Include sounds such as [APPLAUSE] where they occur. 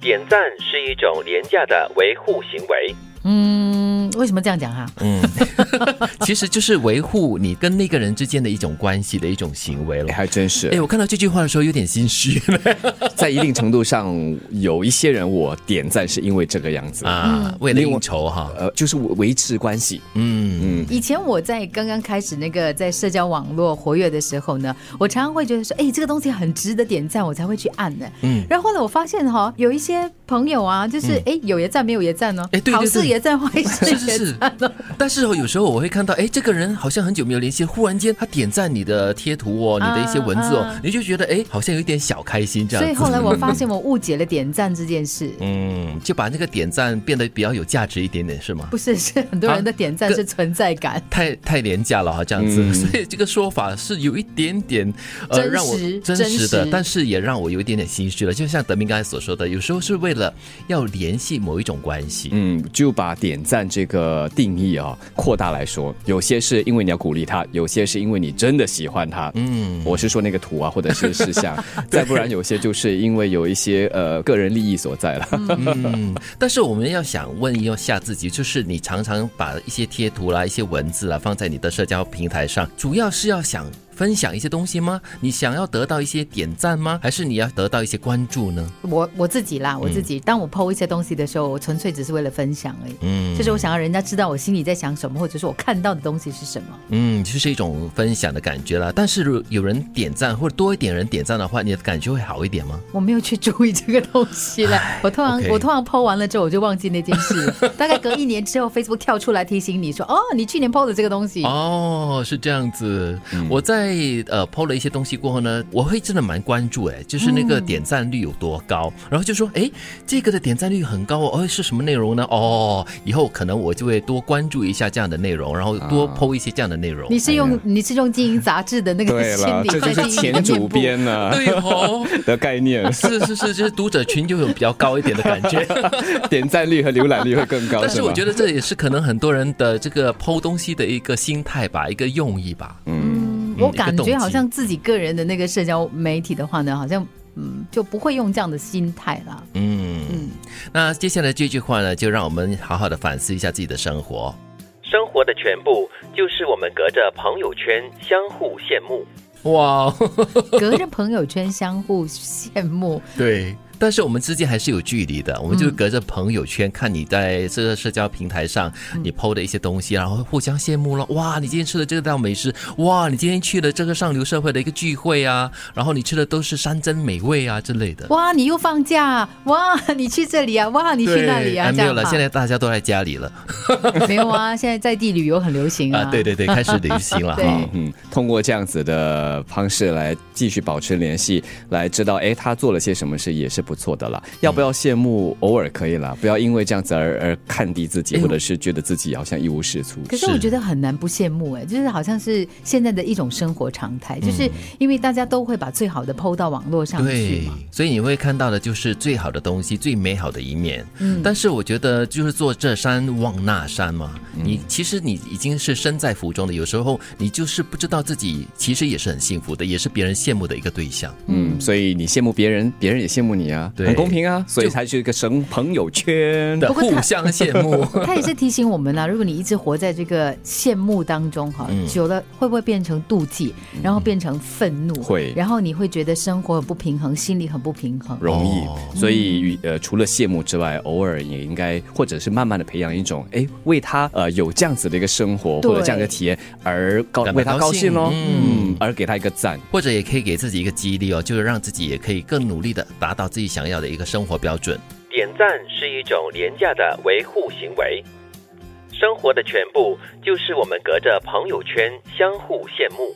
点赞是一种廉价的维护行为。嗯，为什么这样讲哈、嗯， [LAUGHS] 其实就是维护你跟那个人之间的一种关系的一种行为哎了。还真哎，是我看到这句话的时候有点心虚在一定程度上，有一些人我点赞是因为这个样子，啊，为了应酬哈，呃，就是维持关系。嗯，以前我在刚刚开始那个在社交网络活跃的时候呢，我常常会觉得说，哎，这个东西很值得点赞，我才会去按呢。嗯，然后后来我发现哈、有一些朋友啊，就是哎、有也赞，没有也赞哦，哎对对好事对也赞，坏事 [LAUGHS] 是也 [LAUGHS] 是是赞哦。，但是哦有时候我会看到，哎，这个人好像很久没有联系，忽然间他点赞你的贴图哦，你的一些文字啊哦，你就觉得哎，好像有一点小开心这样所以子。后来我发现我误解了点赞这件事，嗯，就把那个点赞变得比较有价值一点点，是吗？不是是很多人的点赞啊是存在感。太太廉价了哈，这样子，[LAUGHS] 嗯所以这个说法是有一点点呃真实让我真真实的实，但是也让我有一点点心虚了。就像德明刚才所说的，有时候是为了要联系某一种关系，嗯，就把点赞这个定义啊、扩大来说，有些是因为你要鼓励他，有些是因为你真的喜欢他。嗯，我是说那个图啊，或者是事 [LAUGHS] 项，再不然有些就是因为有一些呃个人利益所在了。嗯，但是我们要想问一下自己，就是你常常把一些贴图啦、一些文字啦啊放在你的社交平台上，主要是要想分享一些东西吗？你想要得到一些点赞吗？还是你要得到一些关注呢？ [LAUGHS] 我我自己啦，我自己，当我 PO 一些东西的时候，我纯粹只是为了分享而已。嗯就是我想要人家知道我心里在想什么，或者是我看到的东西是什么。嗯，就是一种分享的感觉啦。但是如有人点赞或者多一点人点赞的话，你的感觉会好一点吗？我没有去注意这个东西了。我通常 OK 我通常 PO 完了之后，我就忘记那件事 [LAUGHS] 了。大概隔一年之后，Facebook 跳出来提醒你说：“哦，你去年 PO 的这个东西。哦，是这样子。我在呃抛了一些东西过后呢，我会真的蛮关注哎，就是那个点赞率有多高，然后就说哎，这个的点赞率很高哦，哦是什么内容呢？哦，以后可能我就会多关注一下这样的内容，然后多啊抛一些这样的内 [LAUGHS] 容。你是用、你是用经营杂志的那个对心了，理这就在是经营前你的主面部。编呢、对 [LAUGHS] 哦，的概 [LAUGHS] 念，是是是，就是读者群就有比较高一点的感觉。点赞率和浏览率会更高，但是吗我觉得这也是可能很多人的这个剖东西的一个心态吧，一个用意吧。嗯嗯我感一个动觉机好像自己个人的那个社交媒体的话呢，好像嗯就不会用这样的心态啦。嗯，那接下来这句话呢，就让我们好好的反思一下自己的生活。生活的全部就是我们隔着朋友圈相互羡慕。 [LAUGHS] 哇，隔着朋友圈相互羡慕， [LAUGHS] 对。但是我们之间还是有距离的，我们就隔着朋友圈看你在这个社交平台上你 PO 的一些东西，啊然后互相羡慕了。哇，你今天吃了这道美食，哇，你今天去了这个上流社会的一个聚会啊，然后你吃的都是山珍美味啊之类的。哇，你又放假，哇， [LAUGHS] 你去这里啊，哇，你去那里啊，哎这没有样了，吧现在大家都在家里了没有啊，现在在地旅游很流行啊。啊，对对对，开始旅行 [LAUGHS] 了对哈。嗯，通过这样子的方式来继续保持联系，来知道哎他做了些什么事也是不错的了。嗯要不要羡慕？偶尔可以啦，不要因为这样子而而看低自己，哎呦或者是觉得自己好像一无是处。可是是我觉得很难不羡慕哎、就是好像是现在的一种生活常态，就是因为大家都会把最好的抛到网络上去对嘛。，所以你会看到的就是最好的东西，最美好的一面。嗯但是我觉得就是坐这山望那山嘛，嗯你其实你已经是身在福中的，有时候你就是不知道自己其实也是很幸福的，也是别人羡慕的一个对象。嗯，所以你羡慕别人，别人也羡慕你啊，对很公平啊，所以才是一个神朋友圈。的嗯不过他互相羡 [LAUGHS] 慕，他也是提醒我们啊啦、如果你一直活在这个羡慕当中哈，久了会不会变成妒忌，然后变成愤怒，会然后你会觉得生活很不平衡，心里很不平衡。容易，哦所以与呃，除了羡慕之外，偶尔也应该，或者是慢慢的培养一种，哎，为他呃有这样子的一个生活对或者这样的体验而高感到为他高兴高咯，兴嗯，而给他一个赞。或者也可以给自己一个激励哦，就是让自己也可以更努力的达到自己想要的一个生活标准。点赞是一种廉价的维护行为。生活的全部就是我们隔着朋友圈相互羡慕。